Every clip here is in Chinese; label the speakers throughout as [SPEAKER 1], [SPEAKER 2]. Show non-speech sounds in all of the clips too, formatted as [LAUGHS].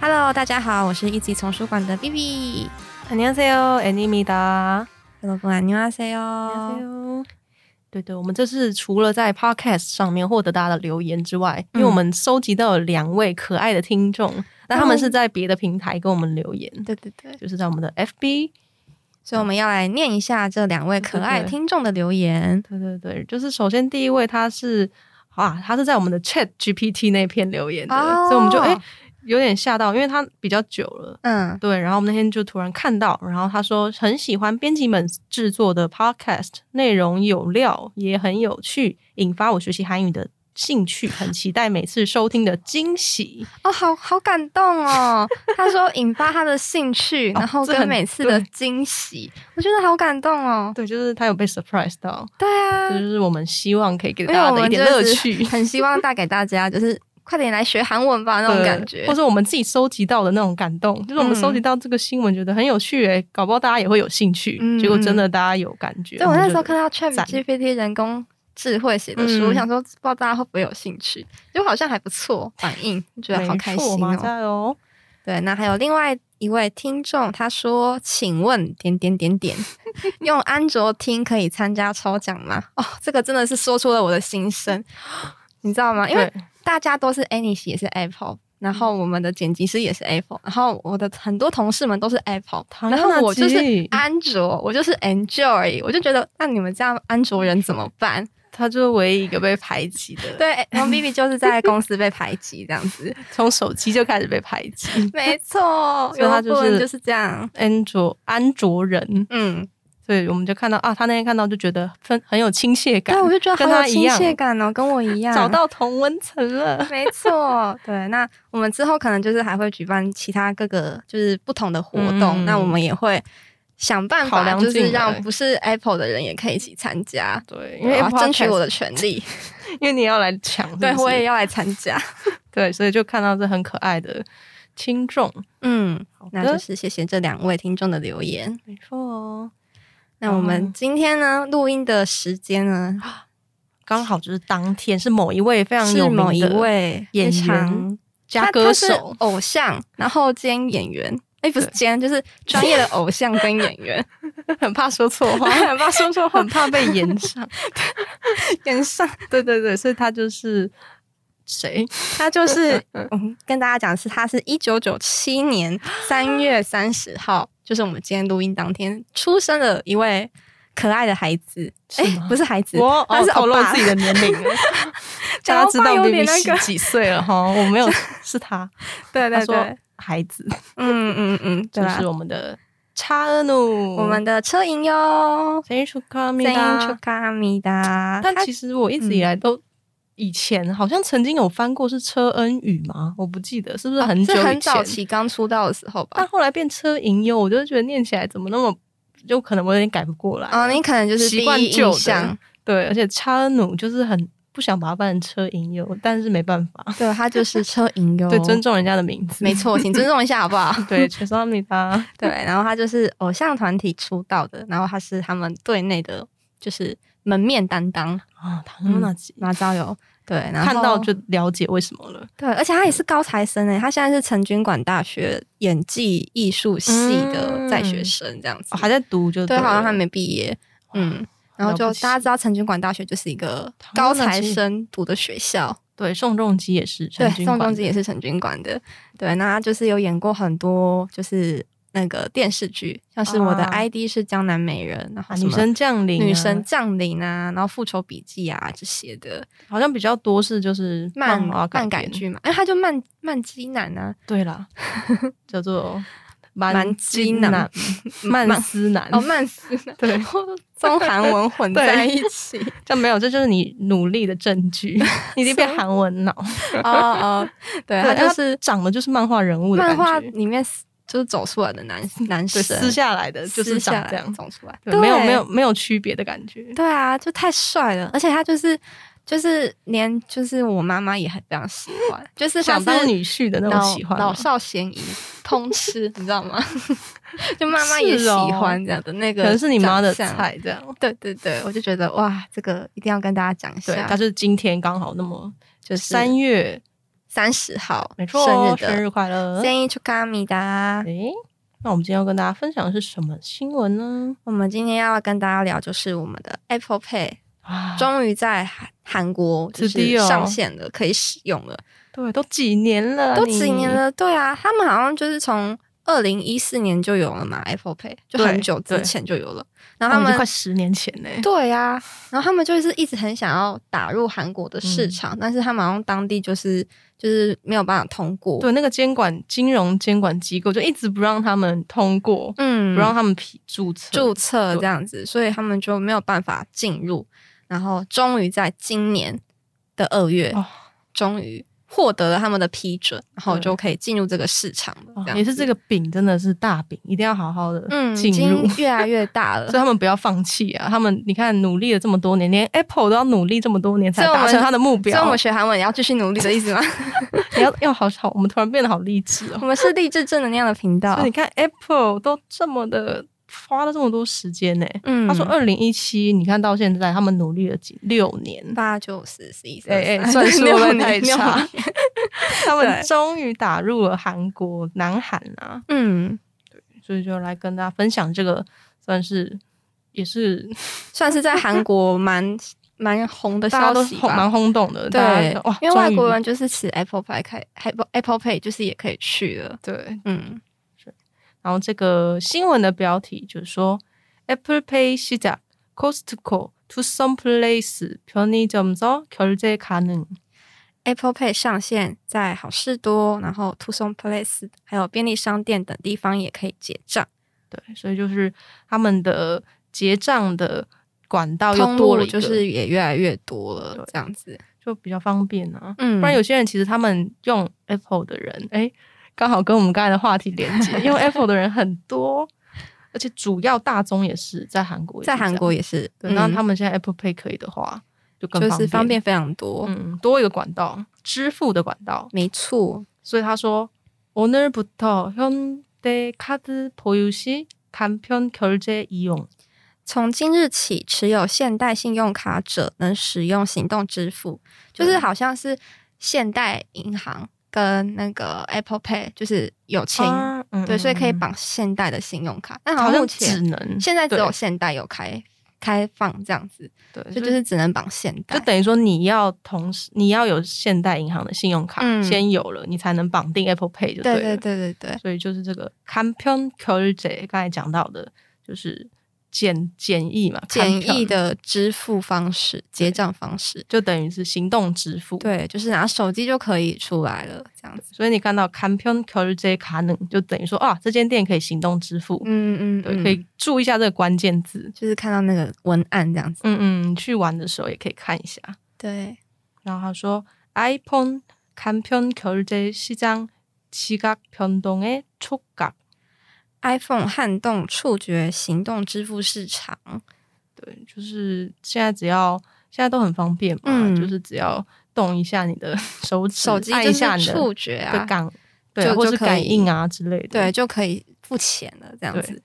[SPEAKER 1] Hello，大家好，我是 Easy 丛书馆的 B B。
[SPEAKER 2] 안녕하세요, 애니입니다.
[SPEAKER 1] 여러분 안녕하세요.
[SPEAKER 2] 안녕하세요.对对，我们这次除了在 Podcast 上面获得大家的留言之外，因为我们收集到了两位可爱的听众，那、他们是在别的平台跟我们留言，
[SPEAKER 1] 对对对，
[SPEAKER 2] 就是在我们的 FB。
[SPEAKER 1] 所以我们要来念一下这两位可爱听众的留言。
[SPEAKER 2] 对对对，就是首先第一位他是啊，他是在我们的 Chat GPT 那篇留言的，
[SPEAKER 1] 哦
[SPEAKER 2] 所以我们就哎、有点吓到，因为他比较久了。
[SPEAKER 1] 嗯，
[SPEAKER 2] 对，然后我们那天就突然看到，然后他说很喜欢编辑们制作的 podcast，内容有料，也很有趣，引发我学习韩语的兴趣，很期待每次收听的惊喜。
[SPEAKER 1] 哦，好好感动
[SPEAKER 2] [LAUGHS]
[SPEAKER 1] 哦。他说引发他的兴趣，
[SPEAKER 2] 哦
[SPEAKER 1] 然后
[SPEAKER 2] 这
[SPEAKER 1] 跟
[SPEAKER 2] 很
[SPEAKER 1] 每次的
[SPEAKER 2] 对
[SPEAKER 1] 惊喜，我觉得好感动哦。
[SPEAKER 2] 对，就是他有被 surprise 到，
[SPEAKER 1] 对啊，
[SPEAKER 2] 这就是我们希望可以给
[SPEAKER 1] 因为
[SPEAKER 2] 大家
[SPEAKER 1] 我
[SPEAKER 2] 的一
[SPEAKER 1] 们
[SPEAKER 2] 点
[SPEAKER 1] 就
[SPEAKER 2] 乐
[SPEAKER 1] 一直。
[SPEAKER 2] 趣
[SPEAKER 1] [LAUGHS] 很希望带给大家就是快点来学韩文吧那种
[SPEAKER 2] 对
[SPEAKER 1] 感觉嗯
[SPEAKER 2] 或。者我们自己收集到的那种感动，就是我们收集到这个新闻，觉得很有趣诶、搞不好大家也会有兴趣。
[SPEAKER 1] 嗯
[SPEAKER 2] 结果真的大家有感觉。
[SPEAKER 1] 对我那时候看到
[SPEAKER 2] 到，
[SPEAKER 1] Chat
[SPEAKER 2] 赞
[SPEAKER 1] GPT 人工智慧写的书，
[SPEAKER 2] 嗯
[SPEAKER 1] 我想说不知道大家会不会有兴趣，结果好像还不错，反应觉得好
[SPEAKER 2] 没
[SPEAKER 1] 开
[SPEAKER 2] 错
[SPEAKER 1] 心
[SPEAKER 2] 嘛
[SPEAKER 1] 哦。
[SPEAKER 2] 加油！
[SPEAKER 1] 对，那还有另外一位听众，他说：“请问点点点点， [LAUGHS] 用安卓听可以参加抽奖吗？”哦，这个真的是说出了我的心声，你知道吗？因为
[SPEAKER 2] 对嗯
[SPEAKER 1] 大家都是 Anis 也是 Apple，然后我们的剪辑师也是 Apple，然后我的很多同事们都是 Apple，
[SPEAKER 2] 唐
[SPEAKER 1] 然后
[SPEAKER 2] 纳
[SPEAKER 1] 我就是
[SPEAKER 2] 吉
[SPEAKER 1] 安卓，我就是 Enjoy，我就觉得那你们这样安卓人怎么办？
[SPEAKER 2] 他就是唯一一个被排挤的，，
[SPEAKER 1] 对，然后 B B 就是在公司被排挤这样子， [LAUGHS]
[SPEAKER 2] 从手机就开始被排挤。
[SPEAKER 1] 没错，
[SPEAKER 2] 所以他
[SPEAKER 1] 有部分
[SPEAKER 2] 就是
[SPEAKER 1] 就是这样，
[SPEAKER 2] 安卓安卓人，
[SPEAKER 1] 嗯。
[SPEAKER 2] 所以我们就看到啊，他那天看到就觉得很很有亲切感，
[SPEAKER 1] 对，我就觉得
[SPEAKER 2] 跟
[SPEAKER 1] 好有
[SPEAKER 2] 他一
[SPEAKER 1] 亲
[SPEAKER 2] 样
[SPEAKER 1] 切感哦，跟我一样。
[SPEAKER 2] 找，到同温层了。
[SPEAKER 1] 没错，对。那我们之后可能就是还会举办其他各个就是不同的活动，
[SPEAKER 2] 嗯
[SPEAKER 1] 那我们也会想办
[SPEAKER 2] 考
[SPEAKER 1] 法，
[SPEAKER 2] 量
[SPEAKER 1] 就
[SPEAKER 2] 进
[SPEAKER 1] 是
[SPEAKER 2] 来
[SPEAKER 1] 让不是 Apple 的人也可以一起参加。
[SPEAKER 2] 对，因
[SPEAKER 1] 因为
[SPEAKER 2] 为
[SPEAKER 1] 要争取我
[SPEAKER 2] 的，
[SPEAKER 1] 的权利，
[SPEAKER 2] 因为你要来抢，是不
[SPEAKER 1] 对
[SPEAKER 2] 是
[SPEAKER 1] 我也要来参
[SPEAKER 2] [LAUGHS]
[SPEAKER 1] 加。
[SPEAKER 2] 对，所以就看到这很可爱的听众。
[SPEAKER 1] 嗯，
[SPEAKER 2] 好
[SPEAKER 1] 那就是谢谢这两位听众的留言。
[SPEAKER 2] 没错哦，
[SPEAKER 1] 那我们
[SPEAKER 2] 哦
[SPEAKER 1] 今天呢，录音的时间呢
[SPEAKER 2] 刚好就是当天是某一位非常
[SPEAKER 1] 是
[SPEAKER 2] 有名
[SPEAKER 1] 某
[SPEAKER 2] 的
[SPEAKER 1] 一位
[SPEAKER 2] 演
[SPEAKER 1] 非常
[SPEAKER 2] 员加
[SPEAKER 1] 他
[SPEAKER 2] 歌
[SPEAKER 1] 他是
[SPEAKER 2] 手，
[SPEAKER 1] 偶像，然后兼演员。哎，不是
[SPEAKER 2] 对
[SPEAKER 1] 兼，就是专业的偶像跟演
[SPEAKER 2] [LAUGHS]
[SPEAKER 1] 员，
[SPEAKER 2] [LAUGHS] 很怕说错话，
[SPEAKER 1] [LAUGHS] 很怕说错话
[SPEAKER 2] 很怕被延
[SPEAKER 1] [LAUGHS]
[SPEAKER 2] 上。
[SPEAKER 1] 跟上。
[SPEAKER 2] 对对对，所以他就是谁？
[SPEAKER 1] 他
[SPEAKER 2] [LAUGHS]
[SPEAKER 1] 就是，嗯，跟大家讲是，他是一九九七年三月三十号，就是我们今天录音当天出生的一位可爱的孩子。
[SPEAKER 2] 是
[SPEAKER 1] 哎
[SPEAKER 2] 吗，
[SPEAKER 1] 不是孩子，
[SPEAKER 2] 嗯我
[SPEAKER 1] 他是
[SPEAKER 2] 哦透
[SPEAKER 1] 欧
[SPEAKER 2] 露
[SPEAKER 1] 巴
[SPEAKER 2] 自己的
[SPEAKER 1] [LAUGHS]
[SPEAKER 2] 年龄了，
[SPEAKER 1] 讲到
[SPEAKER 2] 大家知道
[SPEAKER 1] 爸有
[SPEAKER 2] B
[SPEAKER 1] 点
[SPEAKER 2] B
[SPEAKER 1] 那个
[SPEAKER 2] [LAUGHS] 几岁了哈？我
[SPEAKER 1] [LAUGHS]
[SPEAKER 2] 没有，是他，
[SPEAKER 1] 对
[SPEAKER 2] 他
[SPEAKER 1] 对对
[SPEAKER 2] 说，孩子，
[SPEAKER 1] 嗯嗯嗯，对
[SPEAKER 2] 就
[SPEAKER 1] 啦
[SPEAKER 2] 是，我们的查恩努，
[SPEAKER 1] 我们的车银哟，
[SPEAKER 2] 声音出卡米
[SPEAKER 1] 声音出
[SPEAKER 2] 达。
[SPEAKER 1] 卡米达，
[SPEAKER 2] 但
[SPEAKER 1] 他嗯
[SPEAKER 2] 其实我一直以来都。以前好像曾经有翻过是车恩宇吗？我不记得是不是很久以
[SPEAKER 1] 哦是
[SPEAKER 2] 前？
[SPEAKER 1] 很早期刚出道的时候吧
[SPEAKER 2] 但。后来变车银优，我就觉得念起来怎么那么，就可能我有点改不过来。
[SPEAKER 1] 哦，你可能就是
[SPEAKER 2] 习
[SPEAKER 1] 第一
[SPEAKER 2] 惯旧
[SPEAKER 1] 印
[SPEAKER 2] 的 [LAUGHS]
[SPEAKER 1] 象，
[SPEAKER 2] 对，而且差恩努就是很不想把它翻成车银优，但是没办法，
[SPEAKER 1] 对，他就是车
[SPEAKER 2] [LAUGHS]
[SPEAKER 1] 银优，
[SPEAKER 2] 对，尊重人家的名字，
[SPEAKER 1] 哦没错，请尊重一下好不 [LAUGHS]
[SPEAKER 2] [LAUGHS]
[SPEAKER 1] 好？
[SPEAKER 2] 对，全桑米达，
[SPEAKER 1] 对，然后他就是偶像团体出道的，然后他是他们队内的，就是门面担当
[SPEAKER 2] 啊，唐诺纳吉，
[SPEAKER 1] 马昭友。对，然后
[SPEAKER 2] 看到就了解为什么了。
[SPEAKER 1] 对，而且他也是高材生欸诶，他现在是成均馆大学演技艺术系的在学生，这样子、
[SPEAKER 2] 嗯哦还在读就
[SPEAKER 1] 对，
[SPEAKER 2] 了
[SPEAKER 1] 好像还没毕业，嗯。然后就
[SPEAKER 2] 了不起
[SPEAKER 1] 大家知道，成均馆大学就是一个
[SPEAKER 2] 唐
[SPEAKER 1] 高
[SPEAKER 2] 人街
[SPEAKER 1] 材生读的学校，
[SPEAKER 2] 对宋仲基也是，
[SPEAKER 1] 对
[SPEAKER 2] 陈，君
[SPEAKER 1] 宋
[SPEAKER 2] 馆
[SPEAKER 1] 仲基也是陈军馆的，对，那他就是有演过很多就是那个电视剧，像是我的
[SPEAKER 2] 啊
[SPEAKER 1] ID 是江南美人，然后
[SPEAKER 2] 啊，
[SPEAKER 1] 什么
[SPEAKER 2] 女生降临啊，哦
[SPEAKER 1] 女神降临啊，然后复仇笔记啊这些的
[SPEAKER 2] 好像比较多是就是
[SPEAKER 1] 漫
[SPEAKER 2] 漫画
[SPEAKER 1] 漫改
[SPEAKER 2] 改
[SPEAKER 1] [LAUGHS]
[SPEAKER 2] 编，
[SPEAKER 1] 剧嘛，因为他就漫漫基男啊，
[SPEAKER 2] 对啦，叫做
[SPEAKER 1] 蛮基南
[SPEAKER 2] 南、曼斯南
[SPEAKER 1] 哦，曼斯南，
[SPEAKER 2] [LAUGHS] 对，
[SPEAKER 1] 中韩文混
[SPEAKER 2] [LAUGHS]
[SPEAKER 1] 在一起。
[SPEAKER 2] 这没有，这就是你努力的证
[SPEAKER 1] [LAUGHS]
[SPEAKER 2] 据。你已经变韩文脑，
[SPEAKER 1] 哦哦，对，他就
[SPEAKER 2] 它
[SPEAKER 1] 是
[SPEAKER 2] 长得就是漫画人物的
[SPEAKER 1] 漫
[SPEAKER 2] 感
[SPEAKER 1] 画
[SPEAKER 2] 觉，
[SPEAKER 1] 里面撕就是走出来的男男
[SPEAKER 2] 对，
[SPEAKER 1] 生，
[SPEAKER 2] 撕下来的就是
[SPEAKER 1] 撕下
[SPEAKER 2] 长
[SPEAKER 1] 来
[SPEAKER 2] 这样，
[SPEAKER 1] 走出来，
[SPEAKER 2] 对没有
[SPEAKER 1] 对
[SPEAKER 2] 没有没有区别的感觉。
[SPEAKER 1] 对啊，就太帅了，而且他就是就是连就是我妈妈也很非常喜欢，就是他
[SPEAKER 2] 想
[SPEAKER 1] 是
[SPEAKER 2] 当女婿的那种喜欢吗
[SPEAKER 1] 老老少咸宜，通吃，你知道吗？ [LAUGHS] 就妈妈也
[SPEAKER 2] 是
[SPEAKER 1] 喜
[SPEAKER 2] 哦
[SPEAKER 1] 欢这样的那个，
[SPEAKER 2] 可能是你妈的。菜这样。
[SPEAKER 1] 对对对，我就觉得哇，这个一定要跟大家讲一
[SPEAKER 2] 对，
[SPEAKER 1] 下，
[SPEAKER 2] 但是今天刚好那么
[SPEAKER 1] 啊就是
[SPEAKER 2] 三月，
[SPEAKER 1] 三十号，
[SPEAKER 2] 没错
[SPEAKER 1] 生
[SPEAKER 2] 哦，
[SPEAKER 1] 日的
[SPEAKER 2] 生日快乐！
[SPEAKER 1] 生日出卡米达。
[SPEAKER 2] 诶，那我们今天要跟大家分享的是什么新闻呢？
[SPEAKER 1] 我们今天要跟大家聊就是我们的 Apple Pay
[SPEAKER 2] 啊，
[SPEAKER 1] 终于在韩韩国就
[SPEAKER 2] 此地
[SPEAKER 1] 是
[SPEAKER 2] 哦
[SPEAKER 1] 上线了，可以使用了。
[SPEAKER 2] 对，都几年了，
[SPEAKER 1] 都
[SPEAKER 2] 你
[SPEAKER 1] 几年。了，对啊，他们好像就是从二零一四年就有了嘛，Apple Pay 就
[SPEAKER 2] 对
[SPEAKER 1] 很久之
[SPEAKER 2] 对
[SPEAKER 1] 前就有了。然后
[SPEAKER 2] 他
[SPEAKER 1] 他
[SPEAKER 2] 们
[SPEAKER 1] 们
[SPEAKER 2] 哦快十年前呢、
[SPEAKER 1] 对呀、然后他们就是一直很想要打入韩国的
[SPEAKER 2] 嗯
[SPEAKER 1] 市场，但是他们好像当地就是就是没有办法通过。
[SPEAKER 2] 对，那个监管金融监管机构就一直不让他们通过，
[SPEAKER 1] 嗯，
[SPEAKER 2] 不让他们批注册。
[SPEAKER 1] 注册这样子，所以他们就没有办法进入。然后终于在今年的二月，
[SPEAKER 2] 哦
[SPEAKER 1] 终于获得了他们的批准，然后
[SPEAKER 2] 对
[SPEAKER 1] 就可以进入这个市场了。
[SPEAKER 2] 哦
[SPEAKER 1] 样
[SPEAKER 2] 也是
[SPEAKER 1] 子
[SPEAKER 2] 这个饼真的是大饼，一定要好好的
[SPEAKER 1] 嗯，
[SPEAKER 2] 进
[SPEAKER 1] 已
[SPEAKER 2] 入。
[SPEAKER 1] 经越来越大了
[SPEAKER 2] [LAUGHS] 所以。他们不要放弃啊！他们你看努力了这么多年，连 Apple 都要努力这么多年才
[SPEAKER 1] 所以我
[SPEAKER 2] 达
[SPEAKER 1] 们
[SPEAKER 2] 成他的目
[SPEAKER 1] 所以
[SPEAKER 2] 标。
[SPEAKER 1] 我们学韩文也要继续努力的意思 [LAUGHS] 吗？
[SPEAKER 2] 你要要好好，我们突然变得好励志哦
[SPEAKER 1] 我。们是励志正能量的频道
[SPEAKER 2] 所以。你看 Apple 都这么的花了这么多时间呢、
[SPEAKER 1] 嗯，
[SPEAKER 2] 他说二零一七，你看到现在他们努力了几六年，
[SPEAKER 1] 八九十十一，
[SPEAKER 2] 哎哎
[SPEAKER 1] [LAUGHS] 13
[SPEAKER 2] 算数
[SPEAKER 1] 六
[SPEAKER 2] 会不会
[SPEAKER 1] 年
[SPEAKER 2] 太
[SPEAKER 1] 六
[SPEAKER 2] 差
[SPEAKER 1] 年
[SPEAKER 2] [LAUGHS] 他
[SPEAKER 1] 对
[SPEAKER 2] 们终于打入了韩国南韩啊，
[SPEAKER 1] 嗯，
[SPEAKER 2] 所以就来跟大家分享这个，算是也是
[SPEAKER 1] 算是在韩国蛮蛮红的
[SPEAKER 2] 大家
[SPEAKER 1] 消
[SPEAKER 2] 都
[SPEAKER 1] 息
[SPEAKER 2] 轰蛮
[SPEAKER 1] 吧。
[SPEAKER 2] 轰动的，大
[SPEAKER 1] 对
[SPEAKER 2] 家哇，，
[SPEAKER 1] 因为外
[SPEAKER 2] 终于
[SPEAKER 1] 国人就是使 Apple Pay 开 Apple Apple Pay 就是也可以去了。
[SPEAKER 2] 对。
[SPEAKER 1] 嗯，
[SPEAKER 2] 然后这个新闻的标题就是说，Apple Pay 시작 Costco to some place 편의점서 결제 가능。
[SPEAKER 1] Apple Pay 上线在好事多，然后 Tucson Place，还有便利商店等地方也可以结账，
[SPEAKER 2] 对，所以就是他们的结账的管道又
[SPEAKER 1] 通
[SPEAKER 2] 多
[SPEAKER 1] 路
[SPEAKER 2] 了一个，
[SPEAKER 1] 就是也越来越多了
[SPEAKER 2] 对，
[SPEAKER 1] 这样子。
[SPEAKER 2] 就比较方便啊。
[SPEAKER 1] 嗯，
[SPEAKER 2] 不然有些人其实他们用 Apple 的人，哎、刚好跟我们刚才的话题连
[SPEAKER 1] [LAUGHS]
[SPEAKER 2] 接，用 Apple 的人很多，而且主要大宗也是在韩国也是
[SPEAKER 1] 在
[SPEAKER 2] 这样，
[SPEAKER 1] 韩国也是，
[SPEAKER 2] 对，那
[SPEAKER 1] 嗯
[SPEAKER 2] 他们现在 Apple Pay 可以的话，就更
[SPEAKER 1] 就是方
[SPEAKER 2] 方
[SPEAKER 1] 便非常多。
[SPEAKER 2] 嗯，多一个管道，支付的管道。
[SPEAKER 1] 没错，
[SPEAKER 2] 所以他说，오늘부터현대카드보유시간편결제이용。
[SPEAKER 1] 从今日起，持有现代信用卡者能使用行动支付，就是
[SPEAKER 2] 对
[SPEAKER 1] 好像是现代银行跟那个 Apple Pay 就是有亲，
[SPEAKER 2] 啊嗯
[SPEAKER 1] 对，所以可以
[SPEAKER 2] 嗯嗯
[SPEAKER 1] 绑现代的信用卡。但好
[SPEAKER 2] 好
[SPEAKER 1] 像
[SPEAKER 2] 像
[SPEAKER 1] 目
[SPEAKER 2] 只
[SPEAKER 1] 前
[SPEAKER 2] 能
[SPEAKER 1] 现在只有
[SPEAKER 2] 对
[SPEAKER 1] 现代有开开放这样子，
[SPEAKER 2] 对，
[SPEAKER 1] 所以
[SPEAKER 2] 就
[SPEAKER 1] 就是
[SPEAKER 2] 是
[SPEAKER 1] 只能绑现代
[SPEAKER 2] 就。等于说你要同时你要有现代银行的信用卡，
[SPEAKER 1] 嗯
[SPEAKER 2] 先有了你才能绑定 Apple Pay 就
[SPEAKER 1] 对
[SPEAKER 2] 了。
[SPEAKER 1] 对对对对，
[SPEAKER 2] 所以就是这个 Campion Curry 刚才讲到的，就是简简易嘛，
[SPEAKER 1] 简
[SPEAKER 2] Campion
[SPEAKER 1] 易的支付方式、结账方式，
[SPEAKER 2] 就等于是行动支付。，
[SPEAKER 1] 对，就是拿手机就可以出来了，这样子。
[SPEAKER 2] 所以你看到 Campion Curry 卡能，就等于说啊，这间店可以行动支付。
[SPEAKER 1] 嗯嗯，
[SPEAKER 2] 对，
[SPEAKER 1] 嗯
[SPEAKER 2] 可以注意一下这个关键字。
[SPEAKER 1] 就是看到那个文案这样子。
[SPEAKER 2] 嗯嗯，去玩的时候也可以看一下。
[SPEAKER 1] 对，
[SPEAKER 2] 然后他说，iPhone 간편 결제 시장 지각 변동의 촉각。
[SPEAKER 1] iPhone 撼动触觉行动支付市场，
[SPEAKER 2] 对，就是现在只要现在都很方便嘛，
[SPEAKER 1] 嗯
[SPEAKER 2] 就是只要动一下你的手指，
[SPEAKER 1] 手机
[SPEAKER 2] 按
[SPEAKER 1] 就
[SPEAKER 2] 一下
[SPEAKER 1] 是
[SPEAKER 2] 你的
[SPEAKER 1] 触觉啊
[SPEAKER 2] 的，感，对
[SPEAKER 1] 就
[SPEAKER 2] 啊，或
[SPEAKER 1] 就是可
[SPEAKER 2] 感
[SPEAKER 1] 以
[SPEAKER 2] 应啊之类的。
[SPEAKER 1] 对，，就可以付钱了这样
[SPEAKER 2] 对
[SPEAKER 1] 子。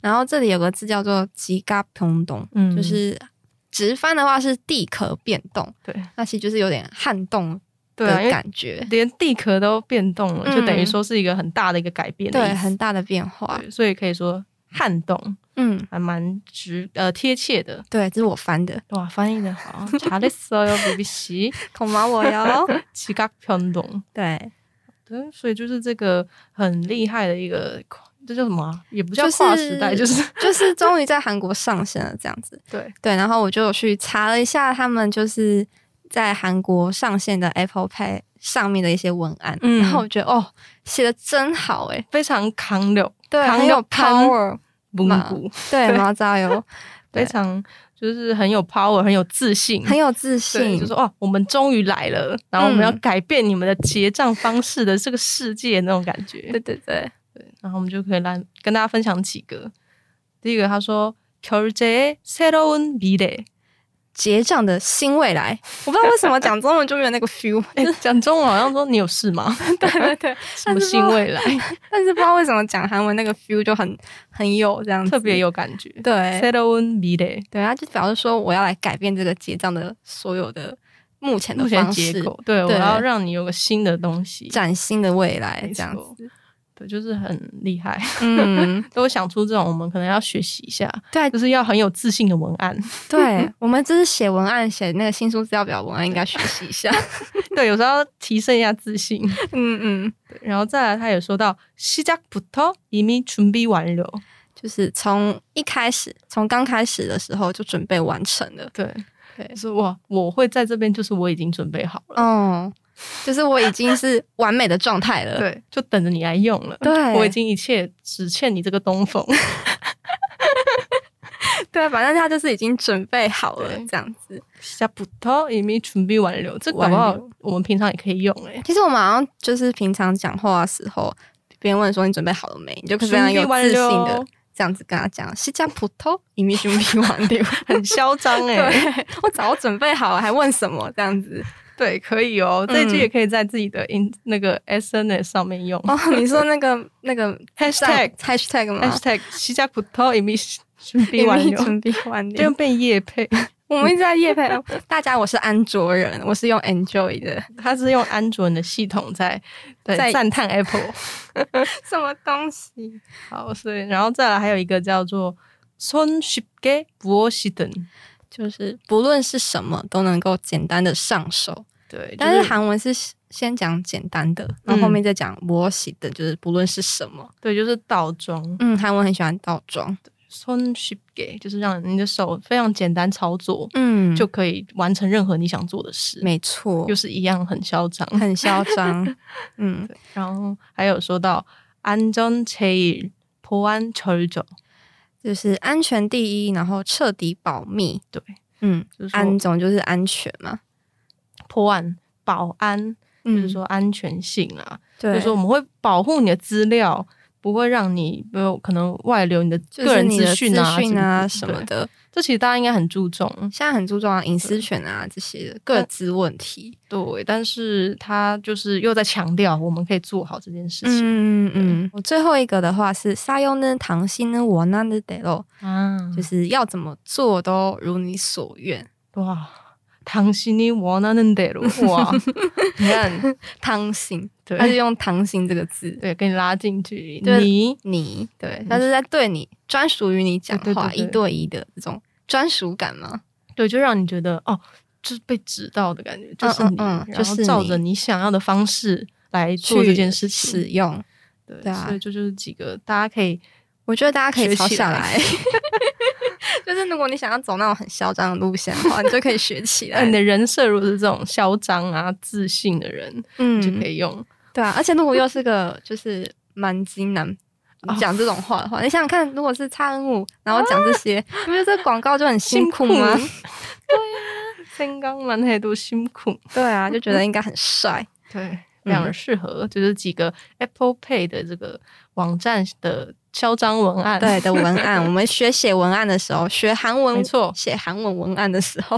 [SPEAKER 1] 然后这里有个字叫做“吉嘎通动”，
[SPEAKER 2] 嗯
[SPEAKER 1] 就是直翻的话是地壳变动，
[SPEAKER 2] 对
[SPEAKER 1] 那其实就是有点撼动
[SPEAKER 2] 对啊，因
[SPEAKER 1] 的
[SPEAKER 2] 为
[SPEAKER 1] 感觉，
[SPEAKER 2] 连地壳都变动了，就等于
[SPEAKER 1] 嗯
[SPEAKER 2] 说是一个很大的一个改变的意
[SPEAKER 1] 对，
[SPEAKER 2] 思
[SPEAKER 1] 很大的变化。
[SPEAKER 2] 对所以可以说撼动
[SPEAKER 1] 嗯，
[SPEAKER 2] 还蛮直呃贴切的。
[SPEAKER 1] 对，这是我翻的，
[SPEAKER 2] 哇，翻译的好，查理斯 [LAUGHS] 哦，BBC
[SPEAKER 1] 恐毛我 [LAUGHS] 哟。
[SPEAKER 2] 지각 변动。
[SPEAKER 1] 对，
[SPEAKER 2] 对，所以就是这个很厉害的一个跨，这叫什么啊、也不叫
[SPEAKER 1] 就是
[SPEAKER 2] 跨时代，就是、
[SPEAKER 1] 就是终于在韩国上线了这样子。
[SPEAKER 2] 对
[SPEAKER 1] 对，然后我就有去查了一下，他们就是在韩国上线的 Apple Pay 上面的一些文案，
[SPEAKER 2] 嗯
[SPEAKER 1] 然后我觉得哦，写的真好诶，
[SPEAKER 2] [LAUGHS] 非常扛柳，
[SPEAKER 1] 对，
[SPEAKER 2] 扛
[SPEAKER 1] 很有
[SPEAKER 2] 柳
[SPEAKER 1] power，
[SPEAKER 2] 蒙
[SPEAKER 1] 嘛
[SPEAKER 2] 古，
[SPEAKER 1] [LAUGHS] 对，
[SPEAKER 2] 对
[SPEAKER 1] 毛躁油，对
[SPEAKER 2] 非常就是很有 power，很有自信，
[SPEAKER 1] 很有自
[SPEAKER 2] 对，
[SPEAKER 1] 信，
[SPEAKER 2] 就说哦，我们终于来了，然后我们要
[SPEAKER 1] 嗯
[SPEAKER 2] 改变你们的结账方式的这个世界那种感觉。
[SPEAKER 1] 对对对，
[SPEAKER 2] 对，然后我们就可以来跟大家分享几个。第一个，他说결제새로운미래，
[SPEAKER 1] 结账的新未来，我不知道为什么讲中文就没有那个 feel， [LAUGHS]
[SPEAKER 2] 哎，讲中文好像说你有事吗？
[SPEAKER 1] 对对
[SPEAKER 2] [LAUGHS]
[SPEAKER 1] 对，
[SPEAKER 2] 什么新未
[SPEAKER 1] [LAUGHS]
[SPEAKER 2] 来，
[SPEAKER 1] 但是不知道为什么讲韩文那个 feel 就很很有这样子，
[SPEAKER 2] 特别有感觉。
[SPEAKER 1] 对
[SPEAKER 2] 새로운미래，
[SPEAKER 1] 对，他就表示说我要来改变这个结账的所有的目前的
[SPEAKER 2] 目前
[SPEAKER 1] 方
[SPEAKER 2] 结
[SPEAKER 1] 式，
[SPEAKER 2] 构，对我
[SPEAKER 1] 对
[SPEAKER 2] 要让你有个新的东西，
[SPEAKER 1] 崭新的未来
[SPEAKER 2] 没
[SPEAKER 1] 这样
[SPEAKER 2] 错
[SPEAKER 1] 子，
[SPEAKER 2] 对，就是很厉害。 [LAUGHS]
[SPEAKER 1] [LAUGHS] 嗯，
[SPEAKER 2] 都想出这种，我们可能要学习一下，
[SPEAKER 1] 对啊
[SPEAKER 2] 就是要很有自信的文案。
[SPEAKER 1] 对我们就是写文案写那个新书资料表文案应该学习一下，
[SPEAKER 2] [LAUGHS] 对，有时候要提升一下自信。
[SPEAKER 1] [LAUGHS] 嗯嗯，
[SPEAKER 2] 对然后再来，他也说到시작부터이미준비완료。
[SPEAKER 1] 就是从一开始从刚开始的时候就准备完成了，
[SPEAKER 2] 对，
[SPEAKER 1] 对
[SPEAKER 2] 就，是我我会在这边，就是我已经准备好了，
[SPEAKER 1] 哦，就是我已经是完美的状态 [LAUGHS] 了，
[SPEAKER 2] 对，就等着你来用了。
[SPEAKER 1] 对
[SPEAKER 2] 我已经一切只欠你这个东风。
[SPEAKER 1] 对，反正他就是已经准备好了
[SPEAKER 2] 对
[SPEAKER 1] 这样子。
[SPEAKER 2] [LAUGHS] 시작부터이미준비완료，这搞不
[SPEAKER 1] 完
[SPEAKER 2] 好
[SPEAKER 1] 了
[SPEAKER 2] 我们平常也可以用哎、欸。
[SPEAKER 1] 其实我们好像就是平常讲话的时候，别人问说你准备好了没，你就可以非常有
[SPEAKER 2] 준비완
[SPEAKER 1] 自
[SPEAKER 2] 료
[SPEAKER 1] 信的这样子跟他讲，是讲普通，你没准备完的。
[SPEAKER 2] 很嚣张
[SPEAKER 1] [LAUGHS]
[SPEAKER 2] [LAUGHS] 哎、欸，
[SPEAKER 1] 对，我早就准备好了，还问什么这样子？
[SPEAKER 2] 对，可以哦，这一
[SPEAKER 1] 嗯
[SPEAKER 2] 句也可以在自己的 in 那个 SNS 上面用。
[SPEAKER 1] 哦，你说那个那个
[SPEAKER 2] Hashtag
[SPEAKER 1] hashtag 吗？
[SPEAKER 2] #hashtag 西加葡萄 [LAUGHS] i m i 嗯준비
[SPEAKER 1] 你
[SPEAKER 2] 완
[SPEAKER 1] 没
[SPEAKER 2] 료，
[SPEAKER 1] 准备完
[SPEAKER 2] 这样
[SPEAKER 1] 的。
[SPEAKER 2] 被夜配，
[SPEAKER 1] 我们一直在夜配哦，大家，我是安卓人，我是用 Enjoy 的，
[SPEAKER 2] 他是用安卓的系统在
[SPEAKER 1] 在
[SPEAKER 2] 在赞叹 Apple。
[SPEAKER 1] [LAUGHS]
[SPEAKER 2] [LAUGHS]
[SPEAKER 1] 什么东西？
[SPEAKER 2] 好，所以然后再来还有一个叫做손쉽게무엇이든，
[SPEAKER 1] 就是不论是什么都能够简单的上手。
[SPEAKER 2] 对，
[SPEAKER 1] 但是嗯
[SPEAKER 2] 就
[SPEAKER 1] 韩文是先讲简单的，然后后面再讲我喜的，就是不论是什么，
[SPEAKER 2] 对，就是倒装。
[SPEAKER 1] 嗯，韩文很喜欢倒装，
[SPEAKER 2] 손쉽게就是让你的手非常简单操作，
[SPEAKER 1] 嗯
[SPEAKER 2] 就可以完成任何你想做的事。
[SPEAKER 1] 没错
[SPEAKER 2] 又，是一样很嚣张。 [LAUGHS]
[SPEAKER 1] 很嚣张， [LAUGHS] 嗯，
[SPEAKER 2] 然后还有说到安전제일보안철저，
[SPEAKER 1] 就是安全第一，然后彻底保密，
[SPEAKER 2] 对，
[SPEAKER 1] 嗯，
[SPEAKER 2] 就是说
[SPEAKER 1] 安总就是安全嘛，
[SPEAKER 2] 破案保安，就
[SPEAKER 1] 嗯
[SPEAKER 2] 是说安全性啊，就
[SPEAKER 1] 对，
[SPEAKER 2] 是说我们会保护你的资料，不会让你没有可能外流你的
[SPEAKER 1] 就
[SPEAKER 2] 个
[SPEAKER 1] 是
[SPEAKER 2] 人
[SPEAKER 1] 你的
[SPEAKER 2] 资
[SPEAKER 1] 资
[SPEAKER 2] 讯啊、
[SPEAKER 1] 讯啊
[SPEAKER 2] 什
[SPEAKER 1] 什
[SPEAKER 2] 么
[SPEAKER 1] 么
[SPEAKER 2] 的。对
[SPEAKER 1] 的，
[SPEAKER 2] 这其实大家应该很注重，
[SPEAKER 1] 现在很注重啊隐私权啊这些的各自问题，
[SPEAKER 2] 对，但是他就是又在强调我们可以做好这件事情、
[SPEAKER 1] 嗯嗯嗯，我最后一个的话是撒优呢糖心呢我那呢得喽，
[SPEAKER 2] 啊，
[SPEAKER 1] 就
[SPEAKER 2] 就是
[SPEAKER 1] 是要怎么做都如你所
[SPEAKER 2] [LAUGHS]
[SPEAKER 1] 愿。
[SPEAKER 2] 哇。당신이원하는대로哇，
[SPEAKER 1] [LAUGHS]
[SPEAKER 2] 你看，
[SPEAKER 1] 汤型，
[SPEAKER 2] 对
[SPEAKER 1] 他是用“汤型”这个字。
[SPEAKER 2] 对，跟你拉近距
[SPEAKER 1] 对
[SPEAKER 2] 离，你
[SPEAKER 1] 你
[SPEAKER 2] 对，
[SPEAKER 1] 他是在对你专属于你讲
[SPEAKER 2] 嗯对对
[SPEAKER 1] 话，
[SPEAKER 2] 对对
[SPEAKER 1] 一对一的这种专属感吗？
[SPEAKER 2] 对，就让你觉得哦，就是被指导的感觉，就是
[SPEAKER 1] 嗯
[SPEAKER 2] 你，
[SPEAKER 1] 嗯就
[SPEAKER 2] 然后
[SPEAKER 1] 是
[SPEAKER 2] 照
[SPEAKER 1] 你
[SPEAKER 2] 着你想要的方式来做这件事
[SPEAKER 1] 去
[SPEAKER 2] 情
[SPEAKER 1] 使。用，
[SPEAKER 2] 对，
[SPEAKER 1] 对啊
[SPEAKER 2] 所以这就是几个大家可以
[SPEAKER 1] 我觉得大家可以
[SPEAKER 2] 学
[SPEAKER 1] 抄
[SPEAKER 2] 起
[SPEAKER 1] 下
[SPEAKER 2] 来
[SPEAKER 1] 来。 [LAUGHS] 就是如果你想要走那种很嚣张的路线的话，你就可以学起
[SPEAKER 2] 呃，
[SPEAKER 1] 来
[SPEAKER 2] 你。的人设如果是这种嚣张啊、自信的人，
[SPEAKER 1] 嗯
[SPEAKER 2] 你就可以用。
[SPEAKER 1] 对啊，而且如果又是个就是蛮金男。
[SPEAKER 2] 哦
[SPEAKER 1] 讲这种话的话，你想想看，如果是叉 N 五，然后讲这些，你不觉得这广告就很啊辛苦吗？
[SPEAKER 2] 身高蛮太多辛苦，
[SPEAKER 1] [LAUGHS] 对啊，就觉得应该很帅。
[SPEAKER 2] 对，非
[SPEAKER 1] 嗯
[SPEAKER 2] 常的适合，就是几个 Apple Pay 的这个网站的嚣张文
[SPEAKER 1] [LAUGHS]
[SPEAKER 2] 案。
[SPEAKER 1] 对的文案，我们学写文案的时候，学韩文
[SPEAKER 2] 没错
[SPEAKER 1] 写韩文文案的时候，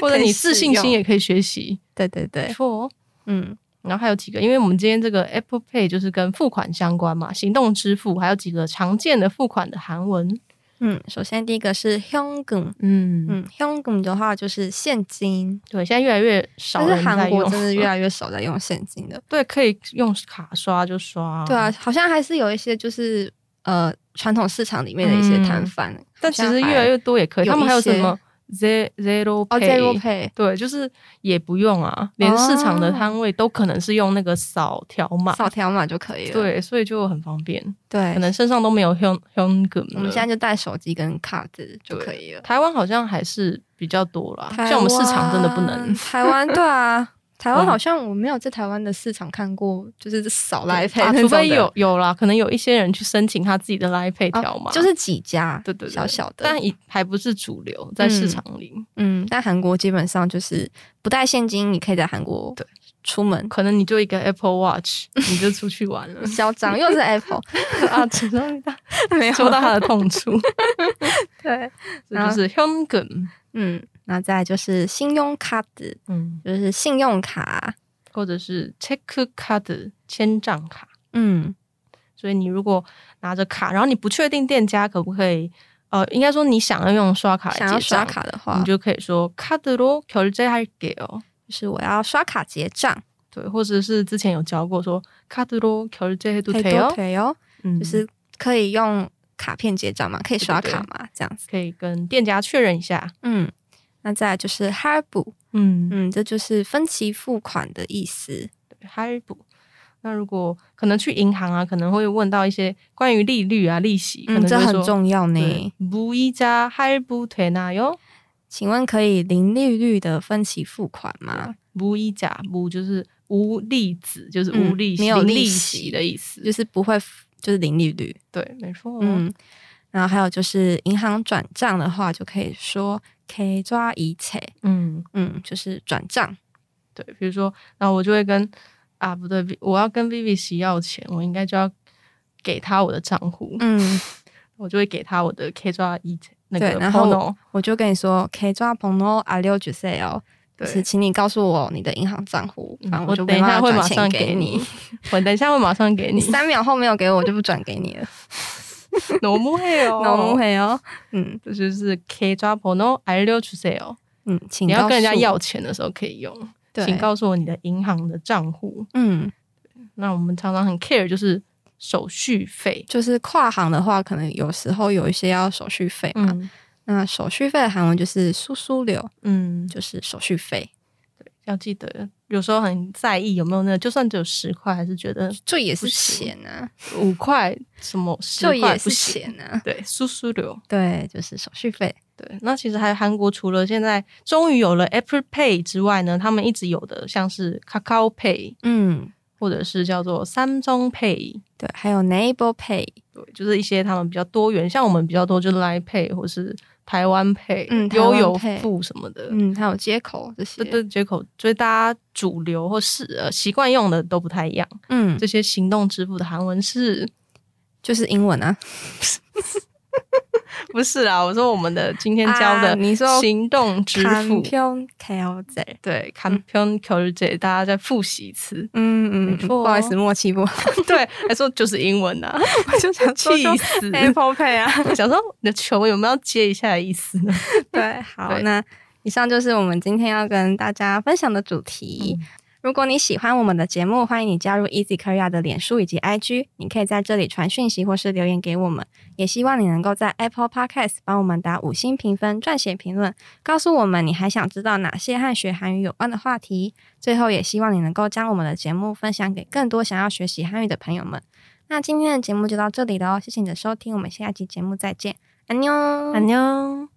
[SPEAKER 2] 或者
[SPEAKER 1] 可以
[SPEAKER 2] 你
[SPEAKER 1] 使
[SPEAKER 2] 自信
[SPEAKER 1] 用
[SPEAKER 2] 心也可以学习，
[SPEAKER 1] [LAUGHS] 对对
[SPEAKER 2] 没
[SPEAKER 1] 对，
[SPEAKER 2] 错哦。
[SPEAKER 1] 嗯，
[SPEAKER 2] 然后还有几个，因为我们今天这个 Apple Pay 就是跟付款相关嘛，行动支付，还有几个常见的付款的韩文。
[SPEAKER 1] 嗯，首先第一个是 hyunggun，
[SPEAKER 2] 嗯
[SPEAKER 1] 嗯，hyunggun 的话就是现金，
[SPEAKER 2] 对，现在越来越少
[SPEAKER 1] 但是
[SPEAKER 2] 人在
[SPEAKER 1] 韩国
[SPEAKER 2] 用，
[SPEAKER 1] 真的越
[SPEAKER 2] [LAUGHS]
[SPEAKER 1] 来越少在用现金的，
[SPEAKER 2] 对，可以用卡刷就刷。
[SPEAKER 1] 对啊，，好像还是有一些就是呃传统市场里面的一些
[SPEAKER 2] 嗯
[SPEAKER 1] 摊贩，
[SPEAKER 2] 但其实越来越多也可以。
[SPEAKER 1] 有
[SPEAKER 2] 他们
[SPEAKER 1] 一
[SPEAKER 2] 还有什
[SPEAKER 1] 些
[SPEAKER 2] 么 ze- zero
[SPEAKER 1] 哦
[SPEAKER 2] pay，、
[SPEAKER 1] ，Zero Pay，哦
[SPEAKER 2] 对，就是也不用啊，连市场的摊位都可能是用那个扫条码，
[SPEAKER 1] 扫条码就可以了。
[SPEAKER 2] 啊对，所以就很方便，
[SPEAKER 1] 对
[SPEAKER 2] 可，能身上都没有 h u n h u n g
[SPEAKER 1] 我嗯们现在就带手机跟卡子就可以了。
[SPEAKER 2] 台湾好像还是比较多啦，
[SPEAKER 1] 台
[SPEAKER 2] 像我们市场真的不
[SPEAKER 1] 湾
[SPEAKER 2] 能 [LAUGHS]
[SPEAKER 1] 台湾对啊，台湾
[SPEAKER 2] 嗯
[SPEAKER 1] 好像我没有在台湾的市场看过，就是扫来配
[SPEAKER 2] 啊，
[SPEAKER 1] 那种的，哦
[SPEAKER 2] 除非有有啦，可能有一些人去申请他自己的 Line Pay 条码，
[SPEAKER 1] 就是几家，
[SPEAKER 2] 对对对
[SPEAKER 1] 小小的。
[SPEAKER 2] 但也还不是主流在市场里，
[SPEAKER 1] 嗯，但韩国基本上就是不带现金，你可以在韩国
[SPEAKER 2] 对
[SPEAKER 1] 出门
[SPEAKER 2] 可能你就一个 Apple Watch 你就出去玩
[SPEAKER 1] [LAUGHS]
[SPEAKER 2] [LAUGHS] 了
[SPEAKER 1] 嚣张，又是 Apple，
[SPEAKER 2] [LAUGHS] 啊，只能
[SPEAKER 1] 没有
[SPEAKER 2] 戳 [LAUGHS] 到他的
[SPEAKER 1] [LAUGHS]
[SPEAKER 2] 痛处，
[SPEAKER 1] 对，
[SPEAKER 2] 这就是 Hyun g e n
[SPEAKER 1] 嗯，那再来就是信用卡子，
[SPEAKER 2] 嗯，
[SPEAKER 1] 就是信用卡，
[SPEAKER 2] 或者是 Check Card 千账卡。
[SPEAKER 1] 嗯
[SPEAKER 2] 所以你如果拿着卡，然后你不确定店家可不可以，呃，应该说你想要用刷卡来结
[SPEAKER 1] 想
[SPEAKER 2] 账，
[SPEAKER 1] 要刷卡的话，
[SPEAKER 2] 你
[SPEAKER 1] 就
[SPEAKER 2] 就可以说 “card로 결제할게요”，
[SPEAKER 1] 是我要刷卡结账，
[SPEAKER 2] 对，或者是之前有教过说 “card로 결제해도
[SPEAKER 1] 可以
[SPEAKER 2] 돼요”，
[SPEAKER 1] 多推哦，
[SPEAKER 2] 嗯，
[SPEAKER 1] 就是可以用卡片结账嘛，可以刷卡嘛，这样子。
[SPEAKER 2] 可以跟店家确认一下，
[SPEAKER 1] 嗯，那再来就是 Harbu，
[SPEAKER 2] 嗯，
[SPEAKER 1] 嗯，这就是分期付款的意思。
[SPEAKER 2] 还补。那如果可能去银行啊，可能会问到一些关于利率啊、利息，可
[SPEAKER 1] 嗯，
[SPEAKER 2] 能
[SPEAKER 1] 这
[SPEAKER 2] 就会
[SPEAKER 1] 很
[SPEAKER 2] 说
[SPEAKER 1] 重要呢
[SPEAKER 2] 对。，무이자할부되나요？
[SPEAKER 1] 请问可以零利率的分期付款吗？
[SPEAKER 2] 无一假无就是无利子，就是无
[SPEAKER 1] 嗯
[SPEAKER 2] 利息、
[SPEAKER 1] 没有
[SPEAKER 2] 零
[SPEAKER 1] 利
[SPEAKER 2] 利
[SPEAKER 1] 息
[SPEAKER 2] 息的意思。
[SPEAKER 1] 就是不会，就是零利率。
[SPEAKER 2] 对，没错。嗯，
[SPEAKER 1] 嗯，然后还有就是银行转账的话，就可以说 K 抓一切，嗯，就是转账。
[SPEAKER 2] 对。比如说，然后我就会跟啊，不对，我要跟 Vivi 洗要钱，我应该就要给他我的账户，
[SPEAKER 1] 嗯，
[SPEAKER 2] 我就会给他我的 K 抓一那
[SPEAKER 1] 对
[SPEAKER 2] 个
[SPEAKER 1] 然后
[SPEAKER 2] Pono。
[SPEAKER 1] 我就跟你说 K 抓朋友阿六九 C 哦，就
[SPEAKER 2] 对
[SPEAKER 1] 是请你告诉我你的银行账户，
[SPEAKER 2] 嗯
[SPEAKER 1] 反正
[SPEAKER 2] 我
[SPEAKER 1] 就
[SPEAKER 2] 等
[SPEAKER 1] 没
[SPEAKER 2] 一
[SPEAKER 1] 办
[SPEAKER 2] 下
[SPEAKER 1] 法
[SPEAKER 2] 会马
[SPEAKER 1] 转
[SPEAKER 2] 上
[SPEAKER 1] 钱
[SPEAKER 2] 给
[SPEAKER 1] 你
[SPEAKER 2] 你。，我等一下会马上给
[SPEAKER 1] 你
[SPEAKER 2] 你。
[SPEAKER 1] [LAUGHS] 三秒后没有给我，我就不转给
[SPEAKER 2] [LAUGHS]
[SPEAKER 1] 你了。
[SPEAKER 2] 너무해요，
[SPEAKER 1] [LAUGHS] 너무해요 嗯
[SPEAKER 2] 这就是 K 抓 Pono I 六出 C 哦。
[SPEAKER 1] 嗯，请
[SPEAKER 2] 你要
[SPEAKER 1] 告
[SPEAKER 2] 跟人家
[SPEAKER 1] 诉
[SPEAKER 2] 要钱的时候可以用，
[SPEAKER 1] 对，
[SPEAKER 2] 请告诉我你的银行的账户。
[SPEAKER 1] 嗯，
[SPEAKER 2] 那我们常常很 care 就是手续费，
[SPEAKER 1] 就是跨行的话，可能有时候有一些要手续费嘛。那手续费的韩文就是“苏苏流
[SPEAKER 2] 嗯”，，
[SPEAKER 1] 就是手续费。
[SPEAKER 2] 要记得有时候很在意有没有那个，就算只有十块，还是觉得
[SPEAKER 1] 这也是
[SPEAKER 2] 不行
[SPEAKER 1] 钱啊，
[SPEAKER 2] 五块什么十
[SPEAKER 1] 这
[SPEAKER 2] 块
[SPEAKER 1] 也
[SPEAKER 2] 不
[SPEAKER 1] 是
[SPEAKER 2] 行。
[SPEAKER 1] 钱啊。
[SPEAKER 2] 对，苏苏流。
[SPEAKER 1] 对，就是手续费。
[SPEAKER 2] 对，那其实还有韩国除了现在终于有了 Apple Pay 之外呢，他们一直有的像是 Kakao Pay
[SPEAKER 1] 嗯，
[SPEAKER 2] 或者是叫做 Samsung Pay，
[SPEAKER 1] 对，还有 Neighbor Pay，
[SPEAKER 2] 对，就是一些他们比较多元，像我们比较多就是 Line Pay 或是台湾 Pay、
[SPEAKER 1] 嗯台
[SPEAKER 2] 悠
[SPEAKER 1] 湾
[SPEAKER 2] 游
[SPEAKER 1] Pay
[SPEAKER 2] 付什么的，
[SPEAKER 1] 嗯，还有接口这些。
[SPEAKER 2] 对对，接口，所以大家主流或是呃习惯用的都不太一样。
[SPEAKER 1] 嗯，
[SPEAKER 2] 这些行动支付的韩文是
[SPEAKER 1] 就是英文啊。
[SPEAKER 2] 不是啦？我说我们的今天教的、
[SPEAKER 1] 啊你说
[SPEAKER 2] 行动支付，
[SPEAKER 1] 간편 결제。
[SPEAKER 2] 对 c a m p i o n c u l t e 大家再复习一次
[SPEAKER 1] [LAUGHS] 嗯嗯，
[SPEAKER 2] 没错哦
[SPEAKER 1] 不好意思，默契不好，
[SPEAKER 2] 对，还说就是英文呐、
[SPEAKER 1] 我就想 [LAUGHS] 说
[SPEAKER 2] 气
[SPEAKER 1] 说
[SPEAKER 2] 死！
[SPEAKER 1] Apple Pay 啊。
[SPEAKER 2] 想说你的球有没有要接一下的意思
[SPEAKER 1] [LAUGHS]
[SPEAKER 2] 呢？
[SPEAKER 1] 对，好，
[SPEAKER 2] 对
[SPEAKER 1] 那以上就是我们今天要跟大家分享的主题。如果你喜欢我们的节目，欢迎你加入 Easy Korea 的脸书以及 IG，你可以在这里传讯息或是留言给我们。也希望你能够在 Apple Podcast 帮我们打五星评分、撰写评论，告诉我们你还想知道哪些和学韩语有关的话题。最后，也希望你能够将我们的节目分享给更多想要学习韩语的朋友们。那今天的节目就到这里了哦，谢谢你的收听，我们下期节目再见，安妞，
[SPEAKER 2] 안녕。